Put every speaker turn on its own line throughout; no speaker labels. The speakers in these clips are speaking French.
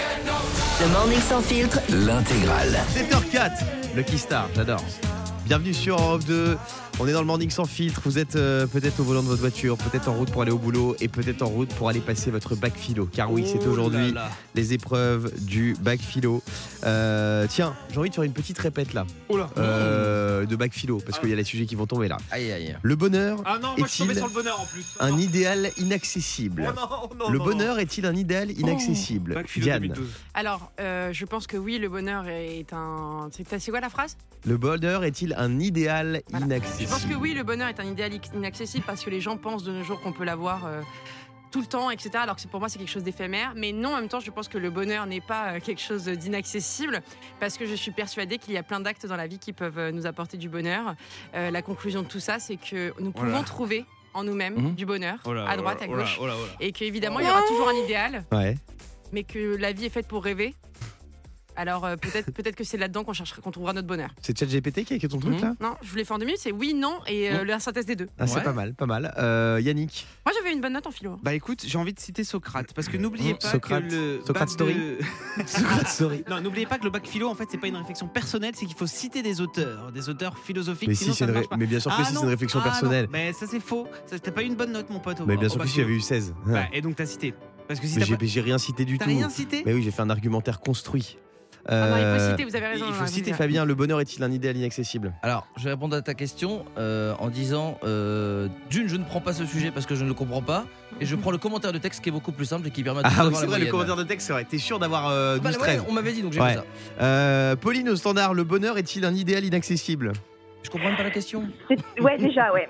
Le Morning Sans Filtre,
L'intégrale.
7h04, Lucky Star, j'adore. Bienvenue sur Europe 2. On est dans le morning sans filtre. Vous êtes euh, peut-être au volant de votre voiture, peut-être en route pour aller au boulot et peut-être en route pour aller passer votre bac philo. Car oui, c'est aujourd'hui les épreuves du bac philo. Euh, tiens, j'ai envie de faire une petite répète là. Euh, de bac philo, parce qu'il y a les sujets qui vont tomber là.
Aïe aïe.
Le bonheur
Ah non, moi je suis
Est-il
tombé sur le bonheur en plus.
un
non.
idéal
Oh
inaccessible.
non, oh non,
le
non,
bonheur est-il un idéal
non.
inaccessible
Bac philo
Diane,
2012.
Alors, euh, je pense que oui, le bonheur est un. C'est c'est quoi la phrase
le bonheur est-il un idéal
Voilà.
inaccessible
Je pense que oui, le bonheur est un idéal ic- inaccessible parce que les gens pensent de nos jours qu'on peut l'avoir euh, tout le temps, etc. Alors que c'est- pour moi, c'est quelque chose d'éphémère. Mais non, en même temps, je pense que le bonheur n'est pas euh, quelque chose d'inaccessible parce que je suis persuadée qu'il y a plein d'actes dans la vie qui peuvent euh, nous apporter du bonheur. Euh, la conclusion de tout ça, c'est que nous
Oh là
pouvons
là.
trouver en nous-mêmes
Mhm.
du bonheur,
Oh là,
à droite,
oh
à
là,
gauche.
oh là, oh là.
Et qu'évidemment, il y aura toujours un idéal,
Ouais.
mais que la vie est faite pour rêver. Alors euh, peut-être peut-être que c'est là-dedans qu'on cherchera qu'on trouvera notre bonheur.
C'est ChatGPT qui a écrit ton
Mmh.
truc
Mhm.
là
Non, je voulais faire en deux minutes, c'est oui, non et euh, la synthèse des deux.
ah, C'est
Ouais.
pas mal, pas mal. Euh, Yannick,
Moi j'avais une bonne note en philo.
Bah écoute, j'ai envie de citer Socrate
Euh,
parce que n'oubliez
Mmh.
pas
Socrate.
que le
Socrate
bac
Story.
de-
Socrate Story.
Non, n'oubliez pas que le bac philo en fait, c'est pas une réflexion personnelle, c'est qu'il faut citer des auteurs, des auteurs philosophiques
Mais,
sinon
si, c'est
ça
une
ne
ré-
marche pas.
mais bien sûr que
Ah
si, c'est
non,
une réflexion
ah non,
personnelle.
Mais ça c'est faux. Ça, T'as pas eu une bonne note mon pote au
Mais bien
au
sûr que
bac
si j'avais
philo.
eu 16.
Bah, et donc t'as cité. Parce que si
Mais
t'as
j'ai
pas-
j'ai rien cité du
t'as
tout.
rien cité
Mais oui, j'ai fait un argumentaire construit.
Ah non, il faut
Euh,
citer, vous avez raison.
il
non,
faut
non,
citer,
vous-
Fabien, le bonheur est-il un idéal inaccessible
Alors, je vais répondre à ta question euh, en disant euh, d'une, je ne prends pas ce sujet parce que je ne le comprends pas, et je prends le commentaire de texte qui est beaucoup plus simple et qui permet de
Ah oui,
savoir
c'est
la
vrai, le
moyenne.
commentaire de texte, c'est vrai. T'es sûr d'avoir euh,
Bah,
12,
ouais,
13.
on m'avait dit donc j'ai
Ouais.
fait ça.
Euh, Pauline, au standard, le bonheur est-il un idéal inaccessible
Je comprends même pas la question.
C'est- Ouais, déjà, ouais.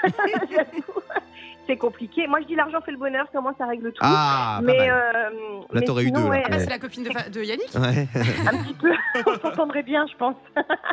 J'avoue, c'est compliqué. Moi, je dis l'argent fait le bonheur, comment ça règle tout.
Ah, pas
mais
mal.
euh,
Là,
mais
t'aurais eu
sinon,
deux, là,
ouais,
Ah bah,
Ouais.
c'est la copine de, Fa- de Yannick
Ouais.
un petit peu. On s'entendrait bien, je pense.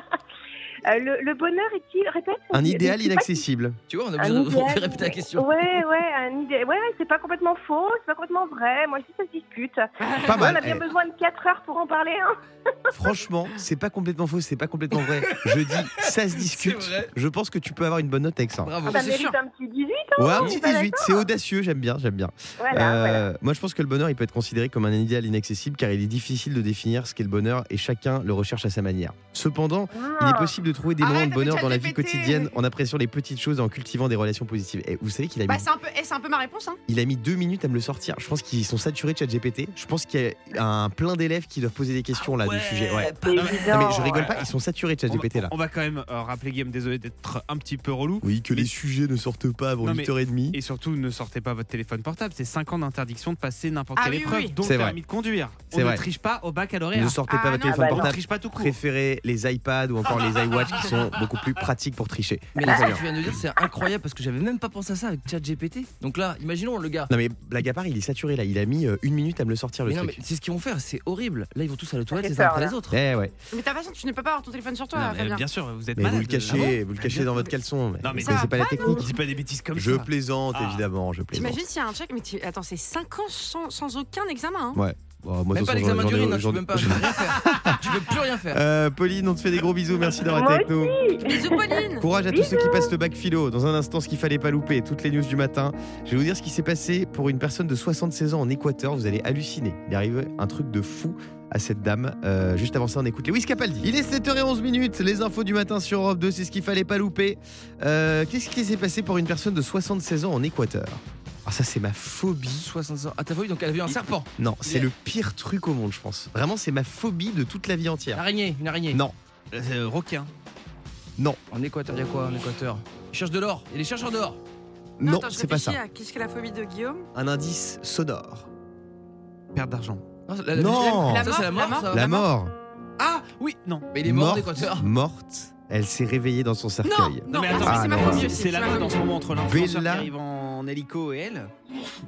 Euh, le, le bonheur est-il, répète
Un
je-
idéal
je sais pas si-
inaccessible.
Tu vois, on a
Un
besoin de
idéal-
de répéter la question.
Ah, Ouais, ouais, un idéal. Ouais, ouais, c'est pas complètement faux, c'est pas complètement vrai. Moi, je dis ça se discute.
Pas
On
mal. Eh,
a bien besoin de 4 heures pour en parler. Hein.
Franchement, c'est pas complètement faux, c'est pas complètement vrai. Je dis, ça se discute. bah,
vrai.
Je pense que tu peux avoir une bonne note avec ça.
Bravo.
Ah, ça
c'est
mérite
sûr.
un petit hein, 18.
Ouais, un petit
Pas
18, c'est audacieux, j'aime bien, j'aime bien.
Voilà,
Euh,
voilà.
Moi, je pense que le bonheur, il peut être considéré comme un idéal inaccessible car il est difficile de définir ce qu'est le bonheur et chacun le recherche à sa manière. Cependant,
Ah.
Ah.
il est possible de trouver des
Arrête
moments de
avec
bonheur dans la vie
ChatGPT.
quotidienne en appréciant les petites choses et en cultivant des relations positives. Et vous savez qu'il a,
Bah
mis,
c'est un peu, eh, c'est un peu ma réponse. Hein.
il a mis deux minutes à me le sortir. Je pense qu'ils sont saturés de ChatGPT. Je pense qu'il y a un plein d'élèves qui doivent poser des questions là du sujet. Ouais.
C'est
Non,
évident.
mais je rigole pas, ils sont saturés de
On va-
ChatGPT là.
On va quand même euh, rappeler Guillaume, désolé d'être un petit peu relou.
Oui, que
les
sujets ne sortent pas avant
Non, mais-
8h30.
Et surtout, ne sortez pas votre téléphone portable. C'est 5 ans d'interdiction de passer n'importe
Ah
quelle
oui, oui,
épreuve,
oui.
dont
C'est
le
vrai.
permis de conduire.
C'est
On
vrai.
ne triche pas au baccalauréat.
Ne sortez
Ah
pas votre
non,
téléphone
bah non.
On ne
portable.
triche pas tout court.
Préférez les iPads ou encore les iWatch qui sont beaucoup plus pratiques pour tricher.
Mais là, ce que tu viens de dire, c'est incroyable parce que j'avais même pas pensé à ça avec ChatGPT. Donc là, imaginons le gars.
Non mais blague à part, il est saturé là. Il a mis euh, une minute à me le sortir le
Mais non, mais
truc.
c'est ce qu'ils vont faire, c'est horrible. Là, ils vont tous à la toilette
fait
les uns
peur,
après
là.
les autres.
Eh ouais.
Mais de toute façon, tu ne peux pas avoir ton téléphone sur toi,
Non, mais,
Fabien.
Ah, bien sûr, vous êtes
Mais vous
malade.
le cachez, vous le cachez dans votre caleçon.
Non, mais
vous
ça
connaissez
va
pas la
Ah bon
technique.
Dis pas des bêtises comme
Je
ça.
plaisante
Ah.
évidemment, je plaisante.
T'imagines s'il y a un check, mais tu- attends, c'est 5 ans sans, sans aucun examen. hein.
Oh, moi,
Même
de toute
pas
façon,
l'examen
j'en ai-
d'urine, hein, tu
j'en
peux
ai-
même pas tu peux rien faire. Tu peux plus rien faire.
Euh, Pauline, on te fait des gros bisous. Merci d'avoir été
Moi
avec nous.
Bisous Pauline
Courage à tous ceux qui passent le bac philo. Dans un instant, ce qu'il fallait pas louper, toutes les news du matin. Je vais vous dire ce qui s'est passé pour une personne de 76 ans en Équateur. Vous allez halluciner. Il arrive un truc de fou à cette dame. Euh, juste avant ça, on écoute Lewis Capaldi. Il est 7h11 minutes. Les infos du matin sur Europe 2, c'est ce qu'il fallait pas louper. Euh, Qu'est-ce qui s'est passé pour une personne de 76 ans en Équateur Ah, ça, c'est ma phobie.
65. Ah, t'as vu, donc elle a vu un serpent.
Non, c'est
Yeah.
le pire truc au monde, je pense. Vraiment, c'est ma phobie de toute la vie
Une
entière.
araignée, une araignée.
Non,
Euh, requin.
En Équateur, il y a quoi en Équateur Ils cherchent de l'or. Il y a les chercheurs d'or.
non,
attends, je
c'est pas ça.
réfléchis à Qu'est-ce que la phobie de Guillaume
Un indice sonore.
Perte d'argent.
Non, la,
Non.
la- ça, c'est Euh, la mort,
La mort.
ça.
La mort.
Ah oui, non.
Mais il est mort en
morte,
Équateur.
morte, elle s'est réveillée dans son
Non,
cercueil.
non,
mais
parce
attends,
que
Ah,
c'est ma
non.
phobie aussi.
C'est la
ma
mode en
phobie.
ce moment entre l'influenceur qui
Bella.
arrive en hélico et elle.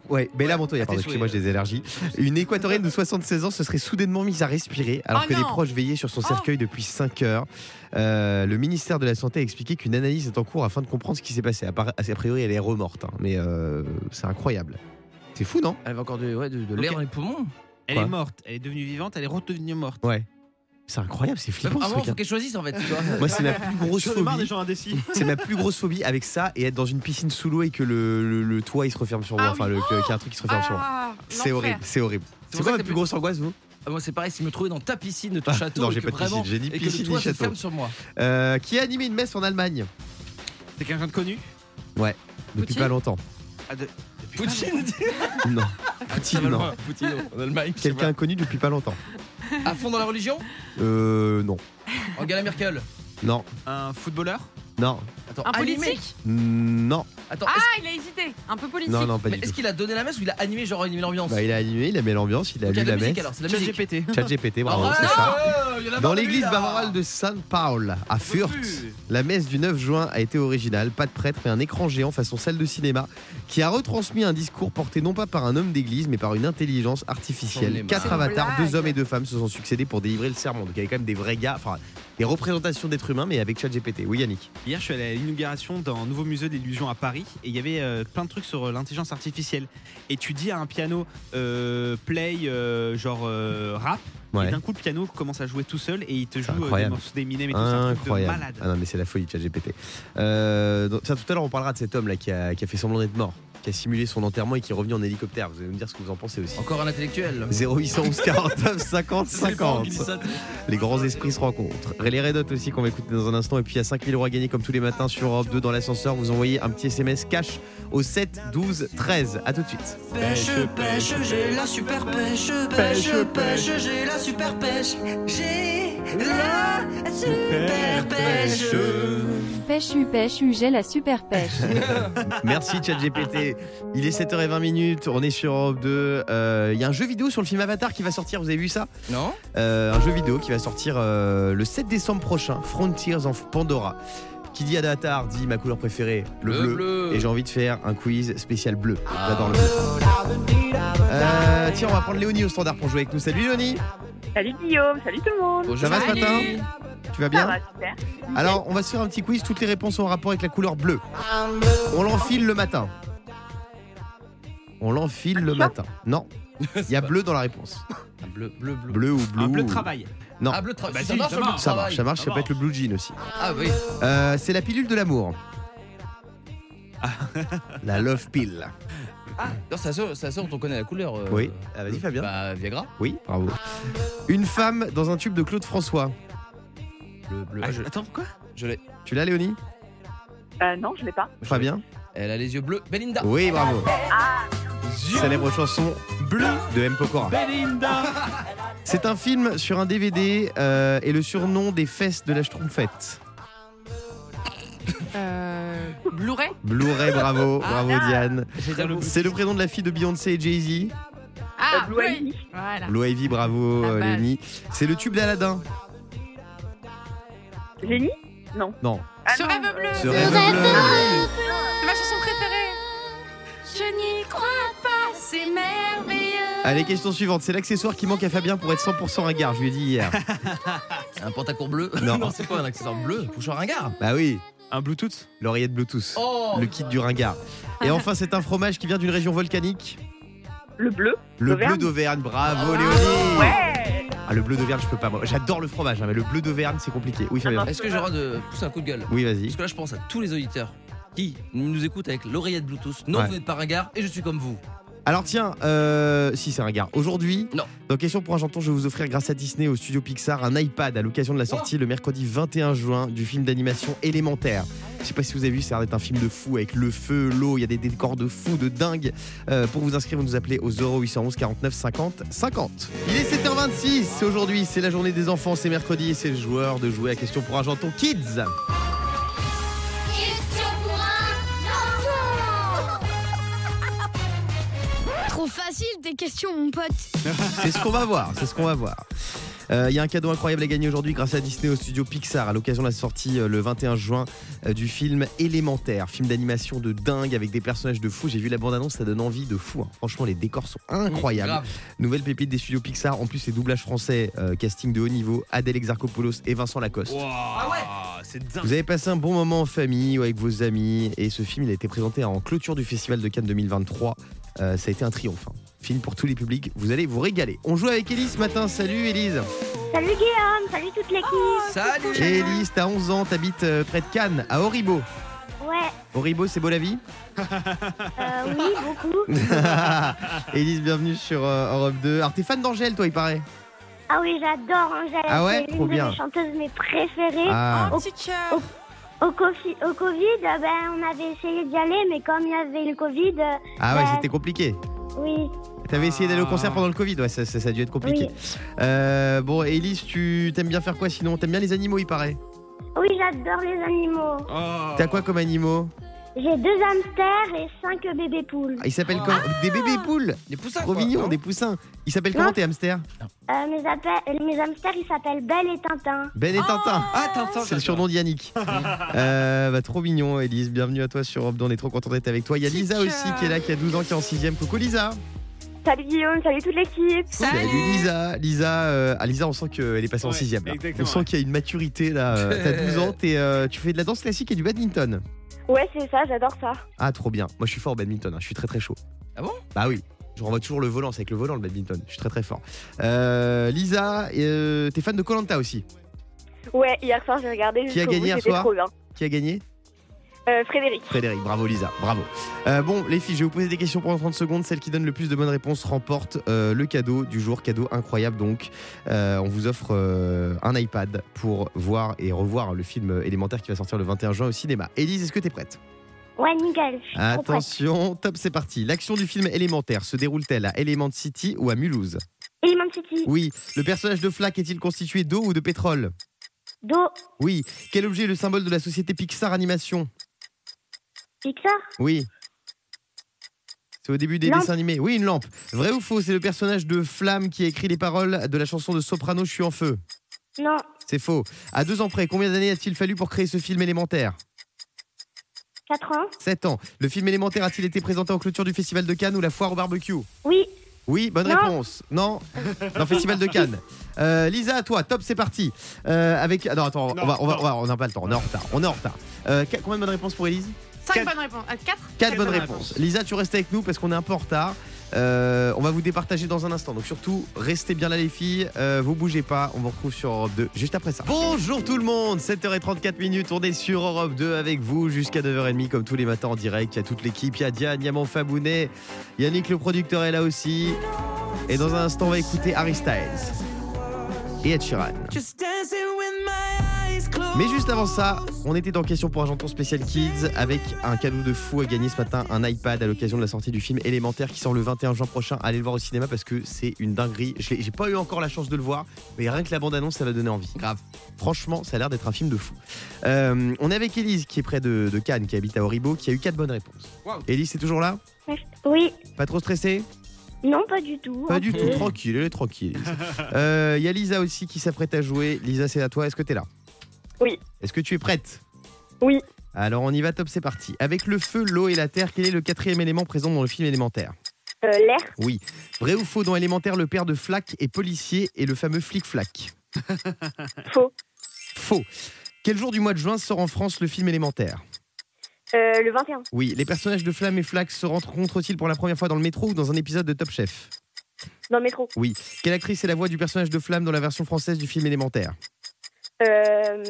Ouais, Bella Montoya,
Ah,
pardon,
t'es
excusez-moi, j'ai
souris.
des allergies. Une équatorienne de 76 ans se serait soudainement mise à respirer alors
Oh
que des
non.
proches veillaient sur son
Oh.
cercueil depuis 5 heures. Euh, le ministère de la Santé a expliqué qu'une analyse est en cours afin de comprendre ce qui s'est passé. A par- a priori, elle est remorte, hein, mais euh, c'est incroyable. C'est fou, non
Elle avait encore de, ouais, de, de l'air
Ok.
dans les poumons.
Elle
Quoi
est morte. Elle est devenue vivante. Elle est redevenue morte.
Ouais. C'est incroyable, c'est flippant ce
Avant,
truc. hein.
faut qu'elle choisisse en fait. tu vois.
Moi, c'est ma plus grosse
J'en ai marre des
phobie.
gens indécis.
C'est ma plus grosse phobie avec ça et être dans une piscine sous l'eau et que le, le- le toit il se referme sur moi.
Ah
enfin,
oui.
le- que- qu'il y a un truc qui se referme sur moi.
Ah,
C'est
l'enfer.
horrible, c'est horrible.
C'est pour
C'est quoi
ça que
ma
t'as
plus
plus-
grosse angoisse, vous
Ah, Moi, c'est pareil, si je me trouvais dans ta piscine de ton château.
non,
et
j'ai
que
pas de piscine,
vraiment-
j'ai ni
et que
piscine,
le toit
ni
se
château.
ferme sur moi.
Euh, Qui a animé une messe en Allemagne
C'est quelqu'un de connu
depuis
Poutine
pas longtemps
Poutine,
Non.
Ça
Poutine,
va
non.
loin. Poutine, en Allemagne. je sais
Quelqu'un connu depuis pas longtemps
pas. À fond dans la religion
Euh, non.
Angela Merkel.
Non.
Un footballeur
Non.
Attends,
Un
animé.
politique
Non.
Attends,
Ah,
est-ce-
il a hésité. Un peu politique. Ah,
Non, non, pas
mais
du
est-ce
tout.
qu'il a donné la messe ou il a animé, genre animé l'ambiance
Bah, il a animé, il a mis l'ambiance, il a
Ok,
lu
la
la
musique
messe.
alors, c'est la musique.
ChatGPT.
Chat GPT,
Ah,
bravo,
ouais,
c'est ça.
ouais, il y en a marre
Dans
de lui,
l'église
là.
bavariale de San Paul, à Fürth,
Plus.
la messe du 9 juin a été originale. Pas de prêtre, mais un écran géant façon salle de cinéma qui a retransmis un discours porté non pas par un homme d'église, mais par une intelligence
J'en ai
artificielle.
marre.
Quatre
C'est une
avatars,
blague.
deux hommes et deux femmes se sont succédés pour délivrer le sermon. Donc il y avait quand même des vrais gars, enfin des représentations d'êtres humains, mais avec Chat GPT. Oui, Yannick.
Hier, je suis allé à l'inauguration d'un nouveau musée de l'illusion à Paris et il y avait euh, plein de trucs sur euh, l'intelligence artificielle. Et tu dis à un piano euh, play euh, genre euh, rap et
Ouais.
d'un coup le piano commence à jouer tout seul et il te joue euh, des
incroyable.
morceaux d'Eminem et tout. C'est un truc de
Incroyable.
malade.
Ah non, mais c'est la folie de ChatGPT. Euh, donc, tiens, tout à l'heure, on parlera de cet homme-là qui a, qui a fait semblant d'être mort, qui a simulé son enterrement et qui est revenu en hélicoptère. Vous allez me dire ce que vous en pensez aussi.
Encore un intellectuel.
0811 49 50
C'est les parents
50.
qui disent ça.
Les grands esprits se rencontrent. Et les Red Hot aussi qu'on va écouter dans un instant. Et puis il y a 5000 euros à gagner comme tous les matins sur Europe 2 dans l'ascenseur. Vous envoyez un petit SMS cash au 7 12 13. À tout de suite.
Pêche, pêche, j'ai la super pêche. Pêche, pêche, j'ai la super pêche. J'ai la super pêche.
Pêche u pêche u j'ai la super pêche.
Merci ChatGPT. Il est 7h20 minutes. On est sur Europe 2. Euh, Il y a un jeu vidéo sur le film Avatar qui va sortir. Vous avez vu ça
Non
Euh, un jeu vidéo qui va sortir euh, le 7 décembre prochain, Frontiers of Pandora. Qui dit Avatar dit ma couleur préférée, le, bleu. Et j'ai envie de faire un quiz spécial bleu. J'adore le bleu. Euh, tiens, on va prendre Léonie au standard pour jouer avec nous. Salut Léonie,
Salut Guillaume, salut tout le monde.
Bonjour,
Ça va ce
Salut.
matin tu vas
Ça
bien
va, super.
Alors, on va se faire un petit quiz. Toutes les réponses ont un rapport avec la couleur bleue. On l'enfile le matin. On l'enfile le matin. Non, il y a bleu dans la réponse.
Un Bleu, bleu, bleu.
Bleu ou bleu.
Un bleu de travail.
Non.
Ah, bleu de travail.
Bah
ça,
si,
marche,
ça
le bleu de
marche.
Ça marche,
travail.
ça marche. Ça
Ça
peut être le blue jean aussi.
Ah oui.
Euh, c'est la pilule de l'amour. la love pill.
Ah, non, ça sort, ça sort, on connaît la couleur. euh,
Oui. Ah, vas-y, Fabien.
Bah, Viagra.
Oui, bravo. Une femme dans un tube de Claude François.
Bleu, bleu.
Ah,
je,
Attends, quoi
je l'ai.
Tu l'as, Léonie
Euh, non, je l'ai pas.
Fabien
Elle a les yeux bleus. Belinda.
Oui, bravo.
Yeux
Célèbre chanson bleue de M. Pokora. C'est un film sur un DVD euh, et le surnom des fesses de la Schtroumpfette.
Euh, Blu-ray
Blu-ray, bravo,
Ah,
bravo
là.
Diane.
J'avoue.
C'est le prénom de la fille de Beyoncé et Jay-Z.
Ah,
Euh, Blue Ivy.
Voilà.
Blue Ivy, bravo
La
euh,
base.
Léonie. C'est le tube d'Aladin.
Génie
Non.
Ah
Ce
non,
rêve bleu.
Ce
Ce
rêve
rêve
bleu.
C'est ma chanson préférée. Je n'y crois pas, c'est merveilleux.
Allez, question suivante. C'est l'accessoire qui manque à Fabien pour être 100% ringard, je lui ai dit hier.
Un pantacourt bleu.
Non.
c'est pas un accessoire bleu. Poucheur ringard.
bah oui,
Un Bluetooth
l'oreillette Bluetooth.
Oh.
Le kit du ringard. Et enfin, c'est un fromage qui vient d'une région volcanique.
Le bleu
Le bleu
D'Auvergne. Oh.
d'Auvergne, bravo
Ah,
Léonie
Ouais
Ah, Le bleu d'Auvergne, je peux pas. moi. J'adore le fromage, hein, mais le bleu d'Auvergne, c'est compliqué. Oui,
Ah,
Fabien.
Est-ce que j'ai le droit de pousser un coup de gueule
Oui, vas-y.
Parce que là, je pense à tous les auditeurs qui nous écoutent avec l'oreillette Bluetooth. Non,
Ouais.
vous n'êtes pas ringard et je suis comme vous.
Alors tiens, euh, si c'est un gars. Aujourd'hui,
Non.
dans Question pour un chanton, je vais vous offrir grâce à Disney au studio Pixar un iPad à l'occasion de la sortie le mercredi 21 juin du film d'animation élémentaire. Je sais pas si vous avez vu, ça a l'air d'être un film de fou avec le feu, l'eau, il y a des décors de fou, de dingue. Euh, pour vous inscrire, vous nous appelez au 0811 49 50 50. Il est 7h26, c'est aujourd'hui, c'est la journée des enfants, c'est mercredi et c'est le joueur de jouer à Question pour un chanton Kids.
Trop facile tes questions, mon pote.
C'est ce qu'on va voir, c'est ce qu'on va voir. Euh, Il y a un cadeau incroyable à gagner aujourd'hui grâce à Disney au studio Pixar à l'occasion de la sortie euh, le 21 juin euh, du film Élémentaire, film d'animation de dingue avec des personnages de fou. J'ai vu la bande-annonce, ça donne envie de fou. hein. Franchement, les décors sont incroyables.
Grave.
Nouvelle pépite des studios Pixar, en plus les doublages français, euh, casting de haut niveau, Adèle Exarchopoulos et Vincent Lacoste.
Ah ouais C'est dingue.
Vous avez passé un bon moment en famille ou avec vos amis et ce film il a été présenté en clôture du Festival de Cannes 2023. Euh, ça a été un triomphe. hein. Film pour tous les publics, vous allez vous régaler. On joue avec Élise ce matin, salut Élise
Salut Guillaume, salut toute l'équipe.
Salut
Élise, t'as 11 ans, t'habites euh, près de Cannes, à Oribo.
Ouais,
Oribo, c'est beau la vie
euh, oui, beaucoup.
Élise, bienvenue sur euh, Europe 2. Alors, t'es fan d'Angèle, toi, il paraît
Ah oui, j'adore Angèle.
Ah ouais
c'est
Trop
l'une de
bien.
mes chanteuses mes préférées.
Ah,
Un petit cœur.
Au, cofi- au Covid, euh, ben, on avait essayé d'y aller, mais comme il y avait le Covid, euh,
ah ouais,
bah-
c'était compliqué.
oui.
T'avais essayé d'aller au
Ah.
concert pendant le Covid, ouais, ça, ça- ça a dû être compliqué. Euh, bon, Élise, tu t'aimes bien faire quoi sinon T'aimes bien les animaux, il paraît.
Oui, j'adore les animaux.
Oh. T'as quoi comme animaux
J'ai deux hamsters et cinq bébés poules.
Ah, Ils s'appellent comment Des bébés poules
Des poussins
Trop
quoi.
mignons, des poussins. Ils s'appellent
Non.
comment tes hamsters
Euh, mes, appel- mes hamsters, ils s'appellent Belle et Tintin.
Ben et Tintin.
Ah, Tintin
C'est le surnom d'Yannick. euh, bah, trop mignon, Élise. Bienvenue à toi sur Europe 2. On est trop content d'être avec toi. Il y a
Petit
Lisa
cœur.
aussi qui est là, qui a 12 ans, qui est en 6 Coucou Lisa.
Salut Guillaume, salut toute l'équipe.
Lisa. Lisa, euh, ah, Lisa on sent qu'elle est passée en
Ouais,
6 On
exactement,
sent
ouais.
qu'il y a une maturité là. Euh, T'as 12 ans, t'es, euh, tu fais de la danse classique et du badminton.
Ouais, c'est ça, j'adore ça.
Ah, trop bien. Moi, je suis fort au badminton. hein. Je suis très très chaud.
Ah bon
Bah oui. Je renvoie toujours le volant. C'est avec le volant le badminton. Je suis très très fort. Euh, Lisa, euh, t'es fan de Colanta aussi.
Ouais, hier soir, j'ai regardé
Qui a jusqu'au gagné bout, hier c'était soir trop
bien.
Qui a gagné
Euh,
Frédéric.
Frédéric, bravo Lisa, bravo. Euh, bon, les filles, je vais vous poser des questions pendant 30 secondes. Celle qui donne le plus de bonnes réponses remporte euh, le cadeau du jour, cadeau incroyable donc. Euh, on vous offre euh, un iPad pour voir et revoir le film élémentaire qui va sortir le 21 juin au cinéma. Élise, est-ce que t'es prête
Ouais, nickel. je suis trop prête.
Attention, top, c'est parti. L'action du film élémentaire se déroule-t-elle à Element City ou à Mulhouse
Element City,
Oui. Le personnage de Flack est-il constitué d'eau ou de pétrole
Do,
Oui. Quel objet est le symbole de la société Pixar Animation
Pixar,
Oui. C'est au début des
Lampe.
dessins animés. Oui, une lampe. Vrai ou faux C'est le personnage de Flamme qui a écrit les paroles de la chanson de Soprano Je suis en feu.
non,
C'est faux. À deux ans près, combien d'années a-t-il fallu pour créer ce film élémentaire
4 ans,
7 ans. Le film élémentaire a-t-il été présenté en clôture du Festival de Cannes ou la foire au barbecue
oui,
Oui, bonne
Non.
réponse. Non Dans le Festival de Cannes. Euh, Lisa, à toi, top, c'est parti. Euh, avec. ah non, attends, on
Non,
va, on va-
non.
on va- on n'a pas le temps, on est en retard. On est en retard. Euh, qu- combien de bonnes réponses pour Élise
5
Quatre.
bonnes réponses. Euh, 4
Quatre bonnes réponses. Lisa, tu restes avec nous parce qu'on est un peu en retard. Euh, on va vous départager dans un instant. Donc surtout, restez bien là les filles. Euh, vous bougez pas. On vous retrouve sur Europe 2 juste après ça. Bonjour tout le monde. 7h34 minutes. On est sur Europe 2 avec vous jusqu'à 9h30 comme tous les matins en direct. Il y a toute l'équipe. Il y a Diane, Yaman Fabounet, Yannick le producteur est là aussi. Et dans un instant, on va écouter Harry Styles et Ed Sheeran.
Just dancing with my eyes closed.
Mais juste avant ça, on était en question pour un janton spécial Kids avec un cadeau de fou à gagner ce matin, un iPad à l'occasion de la sortie du film Élémentaire qui sort le 21 juin prochain. Allez le voir au cinéma parce que c'est une dinguerie. Je l'ai- J'ai pas eu encore la chance de le voir, mais rien que la bande-annonce, ça va donner envie. Grave. Franchement, ça a l'air d'être un film de fou. Euh, on est avec Élise qui est près de, de Cannes, qui habite à Oribo, qui a eu quatre bonnes réponses.
Wow.
Élise, c'est toujours là
oui,
Pas trop stressée
non, pas du tout.
Pas du tout. Tranquille, elle est tranquille. Élise. Euh, Il y a Lisa aussi qui s'apprête à jouer. Lisa, c'est à toi. Est-ce que t'es là
Oui.
Est-ce que tu es prête
Oui.
Alors on y va, top, c'est parti. Avec le feu, l'eau et la terre, quel est le quatrième élément présent dans le film élémentaire
Euh, L'air,
Vrai ou faux dans élémentaire, le père de Flack est policier et le fameux flic Flack
Faux.
Faux. Quel jour du mois de juin sort en France le film élémentaire
euh, le 21,
Oui, les personnages de Flamme et Flack se rencontrent-ils pour la première fois dans le métro ou dans un épisode de Top Chef
dans le métro.
Quelle actrice est la voix du personnage de Flamme dans la version française du film élémentaire
Euh,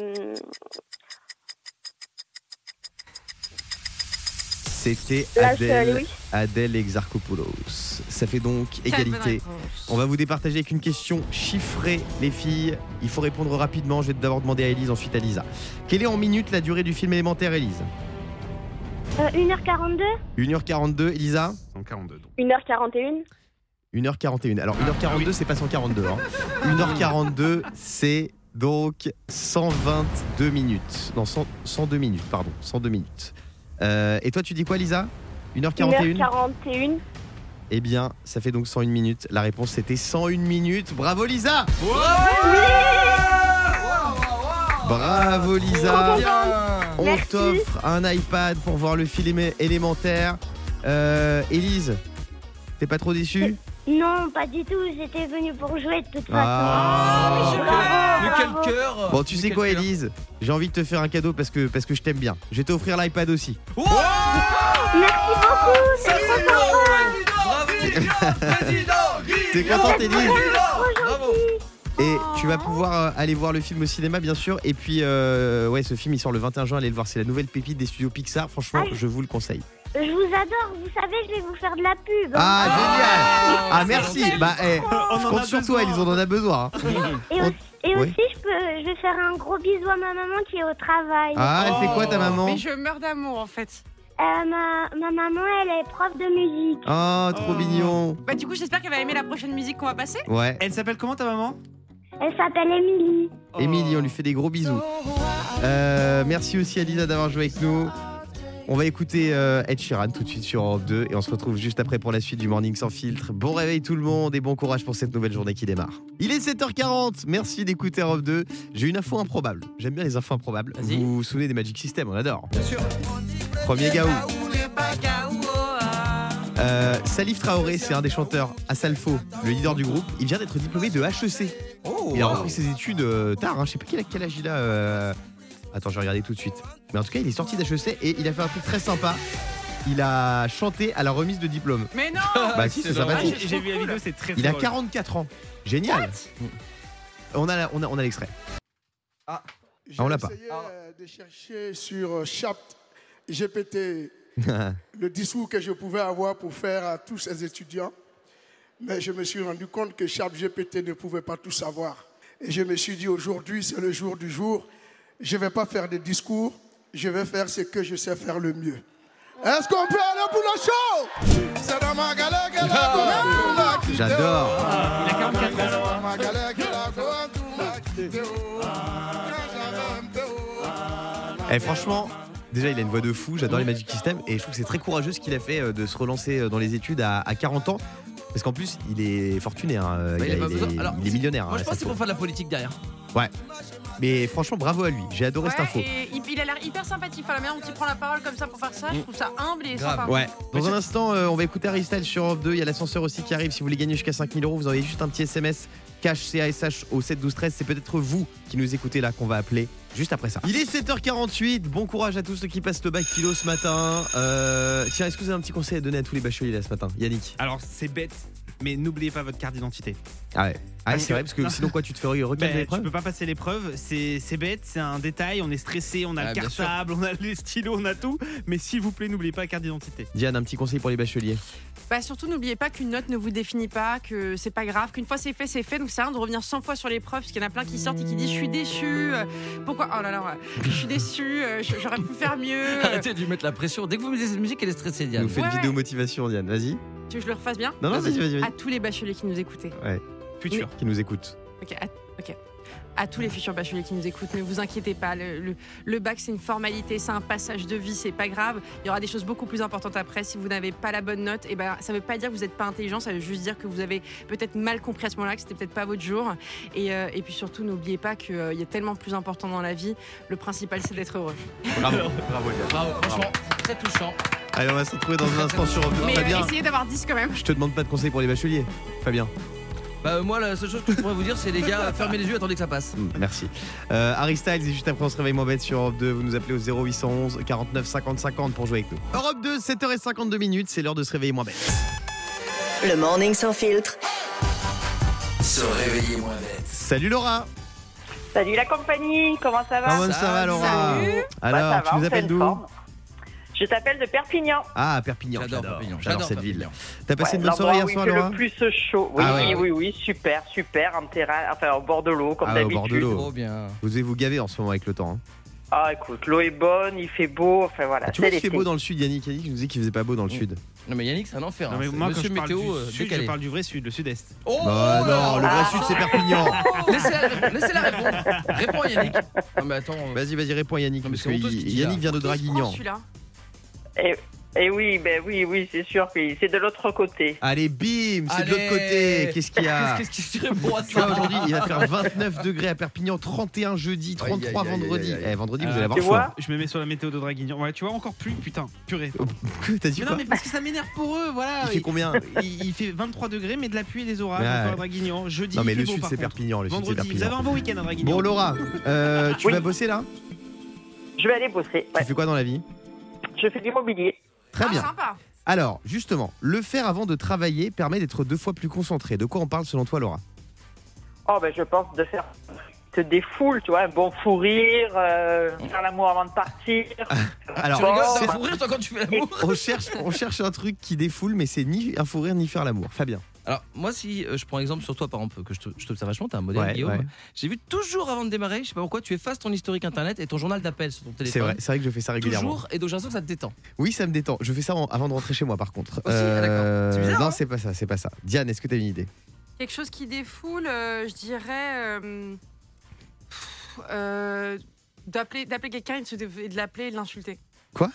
C'était
Lâche
Adèle.
Louis.
Adèle Exarchopoulos. Ça fait donc égalité. On va vous départager avec une question chiffrée, les filles. Il faut répondre rapidement. Je vais d'abord demander à Elise, ensuite à Lisa. Quelle est en minutes la durée du film élémentaire, Elise
Euh, 1h42,
1h42, Elisa
142 donc.
1h41,
1h41. Alors 1h42, c'est pas 142. Hein. 1h42, c'est donc 122 minutes. Non, 100 102 minutes, pardon. 102 minutes. Euh, et toi, tu dis quoi, Lisa 1h41
1h41.
Eh bien, ça fait donc 101 minutes. La réponse c'était 101 minutes. Bravo Lisa Bravo Lisa On
Merci.
t'offre un iPad pour voir le film é- élémentaire. Euh, Élise, t'es pas trop déçue
Non, pas du tout, j'étais venue pour jouer de toute façon.
Ah.
Bravo,
Mais
bravo.
quel cœur
Bon, tu
Mais
sais
quel
quoi,
cœur.
Élise J'ai envie de te faire un cadeau parce que, parce que je t'aime bien. Je vais t'offrir l'iPad aussi.
Merci beaucoup,
Ça,
c'est
c'est
trop
bon.
sympa.
Bravo Guillaume Président
T'es contente, Élise
Guillaume Bravo
Et tu vas pouvoir euh, aller voir le film au cinéma, bien sûr. Et puis, euh, ouais, ce film, il sort le 21 juin. Allez le voir. C'est la nouvelle pépite des studios Pixar. Franchement, je vous le conseille.
Je vous adore, vous savez, je vais vous faire de la pub.
Ah, génial Ah, merci
c'est
Bah, eh,
euh,
On
je
en
compte
a
sur
besoin.
toi, ils en ont besoin. hein.
Et,
on-
aussi, et
oui.
aussi, je, peux, je vais faire un gros bisou à ma maman qui est au travail.
Ah, elle fait quoi ta maman
Mais je meurs d'amour en fait.
Euh, ma, ma maman, elle est prof de musique.
Oh, trop
Oh.
mignon
Bah du coup j'espère qu'elle va aimer la prochaine musique qu'on va passer.
Ouais.
Elle s'appelle comment ta maman
Elle s'appelle Émilie.
Oh.
Émilie, on lui fait des gros bisous. Euh, merci aussi à Lisa d'avoir joué avec nous. On va écouter euh, Ed Sheeran tout de suite sur Europe 2 et on se retrouve juste après pour la suite du Morning sans filtre. Bon réveil tout le monde et bon courage pour cette nouvelle journée qui démarre. Il est 7h40, merci d'écouter Europe 2. J'ai une info improbable, j'aime bien les infos improbables.
Vas-y.
Vous vous souvenez des Magic System, on adore. Bien sûr. Premier gaou.
oh, ah.
Euh, Salif Traoré, c'est un des chanteurs à Salfo, le leader du groupe. Il vient d'être diplômé de HEC. Il a repris ses études euh, tard, hein. je sais plus quel, quel âge il a. euh, Attends, je vais regarder tout de suite. Mais en tout cas, il est sorti d'HEC et il a fait un truc très sympa. Il a chanté à la remise de diplôme.
Mais non
bah si, c'est
excellent.
Ah,
sympathique.
J'ai j'ai vu la vidéo, c'est très
Il a
drôle.
44 ans. Génial. on a la- on a, on a l'extrait.
J'ai
Ah, on l'a pas.
essayé euh, de chercher sur euh, Chat GPT le discours que je pouvais avoir pour faire à tous ces étudiants, mais je me suis rendu compte que Chat GPT ne pouvait pas tout savoir. Et je me suis dit, aujourd'hui, c'est le jour du jour. Je ne vais pas faire des discours, je vais faire ce que je sais faire le mieux. Est-ce qu'on peut aller pour le show C'est dans ma galère que la gloire, tout m'a quitté.
J'adore.
Il a 44 ans.
Dans ma galère que la gloire, tout m'a quitté. Oh, quand j'avais un peu, oh.
Et Eh, franchement, déjà, il a une voix de fou. J'adore les Magic System et je trouve que c'est très courageux ce qu'il a fait euh, de se relancer euh, dans les études à, à 40 ans. Parce qu'en plus, il est fortuné. hein.
Bah,
il,
il a
a-
pas
il
besoin.
est,
Alors,
il est millionnaire.
Moi,
hein,
je pense
ça,
que c'est pour faire de la politique derrière.
Mais franchement, bravo à lui. J'ai adoré cette info.
Ouais, et il, il a l'air hyper sympathique. Enfin, la manière dont il prend la parole comme ça pour faire ça, je trouve ça humble et
Grave.
sympa.
Ouais. Dans
Mais
un instant, euh, on va écouter Harry Styles sur Europe 2. Il y a l'ascenseur aussi qui arrive. Si vous voulez gagner jusqu'à 5000 euros, vous envoyez juste un petit SMS cash CASH au 7 12 13. C'est peut-être vous qui nous écoutez là qu'on va appeler juste après ça. Il est 7h48. Bon courage à tous ceux qui passent le bac philo ce matin. Euh, tiens, est-ce que vous avez un petit conseil à donner à tous les bacheliers là ce matin Yannick
Alors c'est bête, mais n'oubliez pas votre carte d'identité.
Ah ouais. Ah,
Parce
c'est
que-
vrai, parce que
Non.
sinon quoi, tu te fais
Ben,
regarder les
tu
preuves
peux pas passer l'épreuve, c'est c'est bête, c'est un détail, on est stressé, on a
Ah,
le
bien sûr.
cartable, on a les stylos, on a tout, mais s'il vous plaît, n'oubliez pas la carte d'identité.
Diane, un petit conseil pour les bacheliers.
Bah, surtout, n'oubliez pas qu'une note ne vous définit pas, que c'est pas grave, qu'une fois c'est fait, c'est fait. Donc, c'est rien de revenir 100 fois sur l'épreuve, parce qu'il y en a plein qui sortent et qui disent Je suis déçu. euh, Pourquoi Oh là là, ouais. je suis déçu, euh, je- j'aurais pu faire
Ah,
mieux. euh,
Arrêtez de lui mettre la pression. Dès que vous mettez cette musique, elle est stressée,
Nous
Diane.
fait une
ouais.
vidéo motivation, Diane. Vas-y.
Tu veux que je le refasse bien
Non, non, vas-y, vas-y, vas-y.
À tous les bacheliers qui nous écoutaient.
Futur.
Qui nous écoute.
Ok, à, ok. À tous les futurs bacheliers qui nous écoutent, ne vous inquiétez pas. Le, le- le bac, c'est une formalité, c'est un passage de vie, c'est pas grave. Il y aura des choses beaucoup plus importantes après. Si vous n'avez pas la bonne note, et ben, ça veut pas dire que vous n'êtes pas intelligent, ça veut juste dire que vous avez peut-être mal compris à ce moment-là, que c'était peut-être pas votre jour. Et, euh, et puis surtout, n'oubliez pas qu'il euh, y a tellement plus important dans la vie. Le principal, c'est d'être heureux.
Bravo, bravo, Diane.
Bravo, franchement, c'est très touchant.
Allez, on va se retrouver dans un instant sur Europe 2.
Mais euh,
Fabien,
essayez d'avoir 10 quand même.
je te demande pas de conseil pour les bacheliers. Fabien.
Bah, euh, moi, la seule chose que je pourrais vous dire, c'est les gars, fermez les yeux, attendez que ça passe.
Mm, Merci. Euh, Harry Styles et juste après on se réveille moins bête sur Europe 2. Vous nous appelez au 0811 49 50 50 pour jouer avec nous. Europe 2, 7h52 minutes, c'est l'heure de se réveiller moins bête.
Le morning sans filtre.
Se réveiller moins bête.
Salut Laura
Salut la compagnie, comment ça Bah,
Comment ça, va Laura
Salut.
Alors, tu nous appelles d'où
Je t'appelle de Perpignan.
Ah, Perpignan.
J'adore Perpignan,
J'adore
j'adore
cette ville.
Perpignan.
T'as passé
Ouais,
une bonne soirée hier
l'endroit
soir,
où il fait
Laura
le plus chaud. Oui,
Ah ouais.
oui, oui, super, super. En terrain, enfin au bord de l'eau, comme
Ah ouais, au
d'habitude.
bord de l'eau.
Trop bien.
Vous devez vous gaver en ce moment avec le temps. hein.
Ah, écoute, l'eau est bonne, il fait beau. Enfin voilà.
Ah, tu vois
Bah, c'est
qu'il fait
l'été.
beau dans le sud, Yannick. Yannick nous disait qu'il faisait pas beau dans le
Mm.
sud.
Non, mais Yannick, c'est un enfer.
Non,
hein.
mais
C'est
moi, quand
Monsieur
je parle
Météo,
du
euh,
sud, je
décalé.
parle du vrai sud, le sud-est.
Oh
Bah
là
non, le
là.
vrai sud, c'est Perpignan.
Laissez la, laissez la répondre. Réponds, Yannick. Non, mais attends. euh,
Vas-y, vas-y, réponds à Yannick.
Non, mais
Parce
c'est
que
honteux ce qu'il dit, là.
Yannick vient de
Qui se prend,
Draguignan.
celui-là
Eh oui, ben oui, oui, c'est sûr. puis c'est de l'autre côté.
Allez, bim, c'est de l'autre
Allez.
côté. Qu'est-ce qu'il y a
Qu'est-ce qu'est-ce que tu réponds à
ah. Tu vois,
ça
aujourd'hui, il va faire 29 degrés à Perpignan, 31 jeudi, 33
Aïe, aïe, aïe,
vendredi.
aïe, aïe,
Eh, vendredi, vous
Ah,
allez avoir
tu
chaud.
vois
Je me mets sur la météo de Draguignan. Ouais, tu vois, encore plus, putain, purée.
T'as dit
Mais
quoi
non, mais parce que ça m'énerve pour eux, voilà.
Il fait combien
il, il fait 23 degrés, mais de la pluie et des orages
Ouais.
encore à Draguignan. Jeudi,
Non, mais
il
le
fait beau,
sud,
par
c'est
contre.
Perpignan. Le sud, c'est
Vendredi, vous avez
Perpignan.
un bon week-end à Draguignan.
Bon, Laura, euh, tu
Oui.
vas bosser là
Je vais aller bosser. ouais.
Tu fais quoi dans la vie
Je fais du mobilier.
Très
Ah,
bien.
sympa.
Alors, justement, le faire avant de travailler permet d'être deux fois plus concentré. De quoi on parle selon toi, Laura
Oh, ben, je pense de faire te défoule, tu vois, un bon fou rire, euh, faire l'amour avant de partir.
Alors,
tu rigoles, c'est un fou rire, toi, quand tu fais l'amour
on cherche, on cherche un truc qui défoule, mais c'est ni un fou rire ni faire l'amour. Fabien.
Alors, moi, si euh, je prends exemple sur toi, par exemple, que je te- je t'observe vachement, t'es un modèle,
Ouais,
Guillaume.
ouais.
J'ai vu toujours avant de démarrer, je sais pas pourquoi, tu effaces ton historique internet et ton journal d'appel sur ton téléphone.
C'est vrai, c'est vrai que je fais ça régulièrement.
Toujours, et donc j'ai l'impression que ça te détend.
Oui, ça me détend. Je fais ça en- avant de rentrer chez moi, par contre. Euh,
Aussi, ah, d'accord. C'est bizarre,
non,
hein
c'est pas ça, c'est pas ça. Diane, est-ce que t'as une idée
Quelque chose qui défoule, euh, je dirais. euh, pff, euh, D'appeler d'appeler quelqu'un et de se dé- et de l'appeler et de l'insulter.
Quoi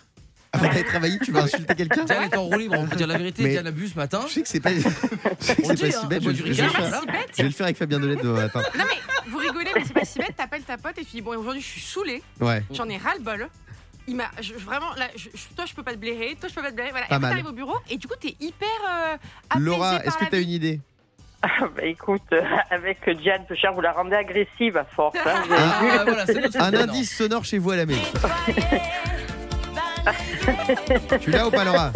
Après être travaillé, tu vas insulter quelqu'un
Diane est en roue libre, on peut dire la vérité,
Mais-
Diane a bu ce matin.
Je sais que c'est pas, je sais que
On
c'est
dit,
pas
hein,
si bête. Je,
bois du
je vais le
Ricard,
faire-
C'est bête
je vais le faire avec Fabien Delette demain matin.
Non mais vous rigolez, mais c'est pas si bête. T'appelles ta pote et tu dis bon aujourd'hui je suis saoulée,
Ouais.
j'en ai ras le bol. Il m'a je- vraiment là, je- je- toi je peux pas te blairer, toi je peux pas te blairer. Voilà.
Pas
et après
mal.
t'arrives au bureau et du coup t'es hyper. euh, apaisé
Laura,
par
est-ce que
la
t'as
vie.
une idée
Ah, ben, écoute, euh, avec Diane, cher, vous la rendez agressive à force. hein, vous avez
Ah,
vu.
voilà, c'est notre
Un
idée,
indice sonore chez vous à la maison. tu l'as ou pas, Laura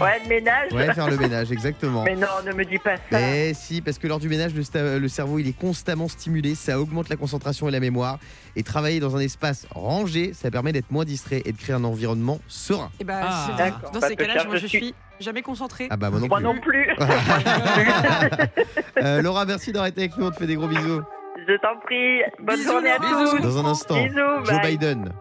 Ouais, le ménage.
Ouais, faire le ménage, exactement.
Mais non, ne me dis pas ça.
Mais si, parce que lors du ménage, le, sta- euh, le cerveau il est constamment stimulé, ça augmente la concentration et la mémoire. Et travailler dans un espace rangé, ça permet d'être moins distrait et de créer un environnement serein.
Et bah
Ah.
c'est-
D'accord.
dans
Parce
ces
que
cas-là
cher,
moi
je
je
suis-
suis jamais concentrée.
Ah bah moi non
Moi
plus.
non plus.
Euh, Laura, merci d'avoir été avec nous, on te fait des gros bisous.
Je t'en prie. Bonne
Bisous,
journée à
Laurent.
tous.
Dans un instant,
Bisous,
Joe
bye.
Biden,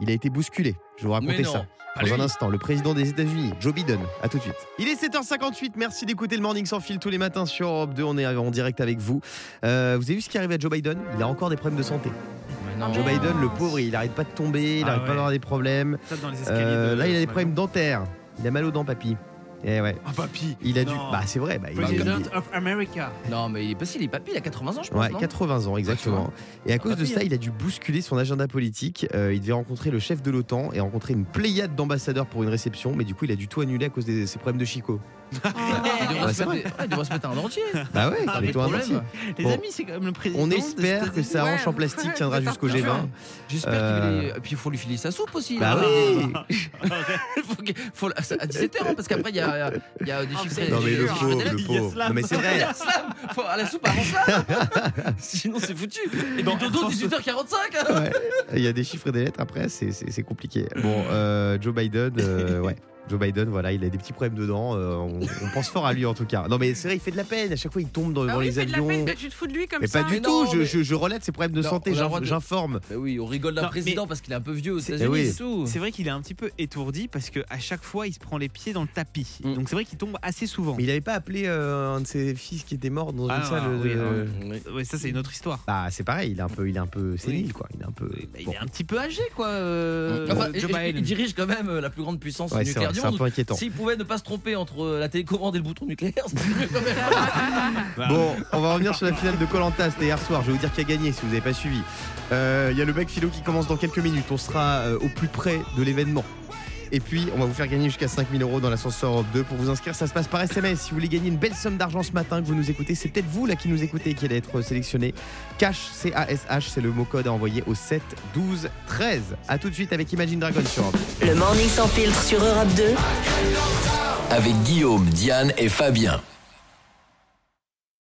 il a été bousculé. Je vais vous
Mais
raconter
non,
ça.
pas
Dans
lui.
un instant, le président des États-Unis, Joe Biden. À tout de suite. Il est 7h58. Merci d'écouter le Morning sans fil tous les matins sur Europe 2. On est en direct avec vous. Euh, vous avez vu ce qui arrive à Joe Biden Il a encore des problèmes de santé.
Mais non.
Joe Biden, le pauvre, il arrête pas de tomber, il
Ah
arrête pas
ouais.
d'avoir des problèmes.
Tape dans les escaliers.
Euh,
de-
là, il a des
de-
problèmes dentaires. Il a mal aux dents, papy. Eh ouais.
Ah, papy.
Il a dû.
Non.
Bah, c'est vrai. bah, il a-
President of America.
Non, mais il est pas si, il est papy, il a 80 ans, je pense.
Ouais,
non
80 ans exactement. Et à cause de
papy,
ça,
hein.
il a dû bousculer son agenda politique. Euh, il devait rencontrer le chef de l'OTAN et rencontrer une pléiade d'ambassadeurs pour une réception, mais du coup, il a dû tout annuler à cause de ses problèmes de chicot.
Ah, Il devrait
Bah,
se
c'est
mettre des- ouais, il devrait se mettre un dentier.
Bah ouais,
Ah,
mais
mais
toi, un
problème.
gentil.
Les
Bon.
amis, c'est quand même le président.
On
des
espère que
États-Unis.
sa
Ouais,
hanche en plastique
ouais,
tiendra
c'est
jusqu'au
parti.
G20.
J'espère
Euh.
qu'il est. Et puis il faut lui filer sa soupe aussi. Hein.
Bah oui
faut que- faut la- à 17h, parce qu'après, il y a, il y a des
Ah,
chiffres.
vous êtes
Non mais le
Yes,
pauvre,
yes,
le pauvre.
slam.
Non mais c'est vrai. hein.
Slam Faut à la soupe avant ça Sinon, c'est foutu Et puis Dodo, 18h45
Ouais. Il y a des chiffres et des lettres après, c'est- c'est c'est compliqué. Bon, euh, Joe Biden, euh, ouais. Joe Biden, voilà, il a des petits problèmes dedans. euh, on, on pense fort à lui en tout cas. Non mais c'est vrai, il fait de la peine. À chaque fois, il tombe dans,
Ah
dans
oui,
les
fais de la
avions.
peine, tu te fous de lui comme
mais
ça.
pas du
Mais
tout.
non,
je,
mais-
je, je relève ses problèmes de
Non,
santé.
on a le droit
j'in-
de-
J'informe.
Bah oui, on rigole d'un
Non,
président
mais-
parce qu'il est un peu vieux aux
C'est-
États-Unis,
Eh oui.
c'est tout.
C'est vrai qu'il est un petit peu étourdi parce que à chaque fois il se prend les pieds dans le tapis.
Mm.
Donc c'est vrai qu'il tombe assez souvent.
Mais il n'avait pas appelé euh, un de ses fils qui était mort dans
Ah,
une salle.
oui,
de-
hein.
euh, Ouais, ça c'est une autre histoire.
Bah c'est pareil. Il est un peu, il est un peu sénile quoi. Il est un peu.
Il
bon.
est un petit peu âgé quoi. euh,
Enfin,
Joe
et- et- il
Biden.
dirige quand même euh, la plus grande puissance
Ouais, c'est
nucléaire
vrai,
du
c'est un
monde.
peu inquiétant.
S'il pouvait ne pas se tromper entre euh, la télécommande et le bouton nucléaire, c'est mieux quand même.
Bon, on va revenir sur la finale de Colanta, c'était hier soir. Je vais vous dire qui a gagné si vous n'avez pas suivi. Euh, Il y a le bac philo qui commence dans quelques minutes. On sera euh, au plus près de l'événement. Et puis, on va vous faire gagner jusqu'à 5000 euros dans l'ascenseur Europe 2. Pour vous inscrire, ça se passe par SMS. Si vous voulez gagner une belle somme d'argent ce matin que vous nous écoutez, c'est peut-être vous là qui nous écoutez qui allez être sélectionné. Cash, C-A-S-H, c'est le mot code à envoyer au 7 12 13. A tout de suite avec Imagine Dragon sur Europe.
Le morning sans filtre sur Europe 2.
Avec Guillaume, Diane et Fabien.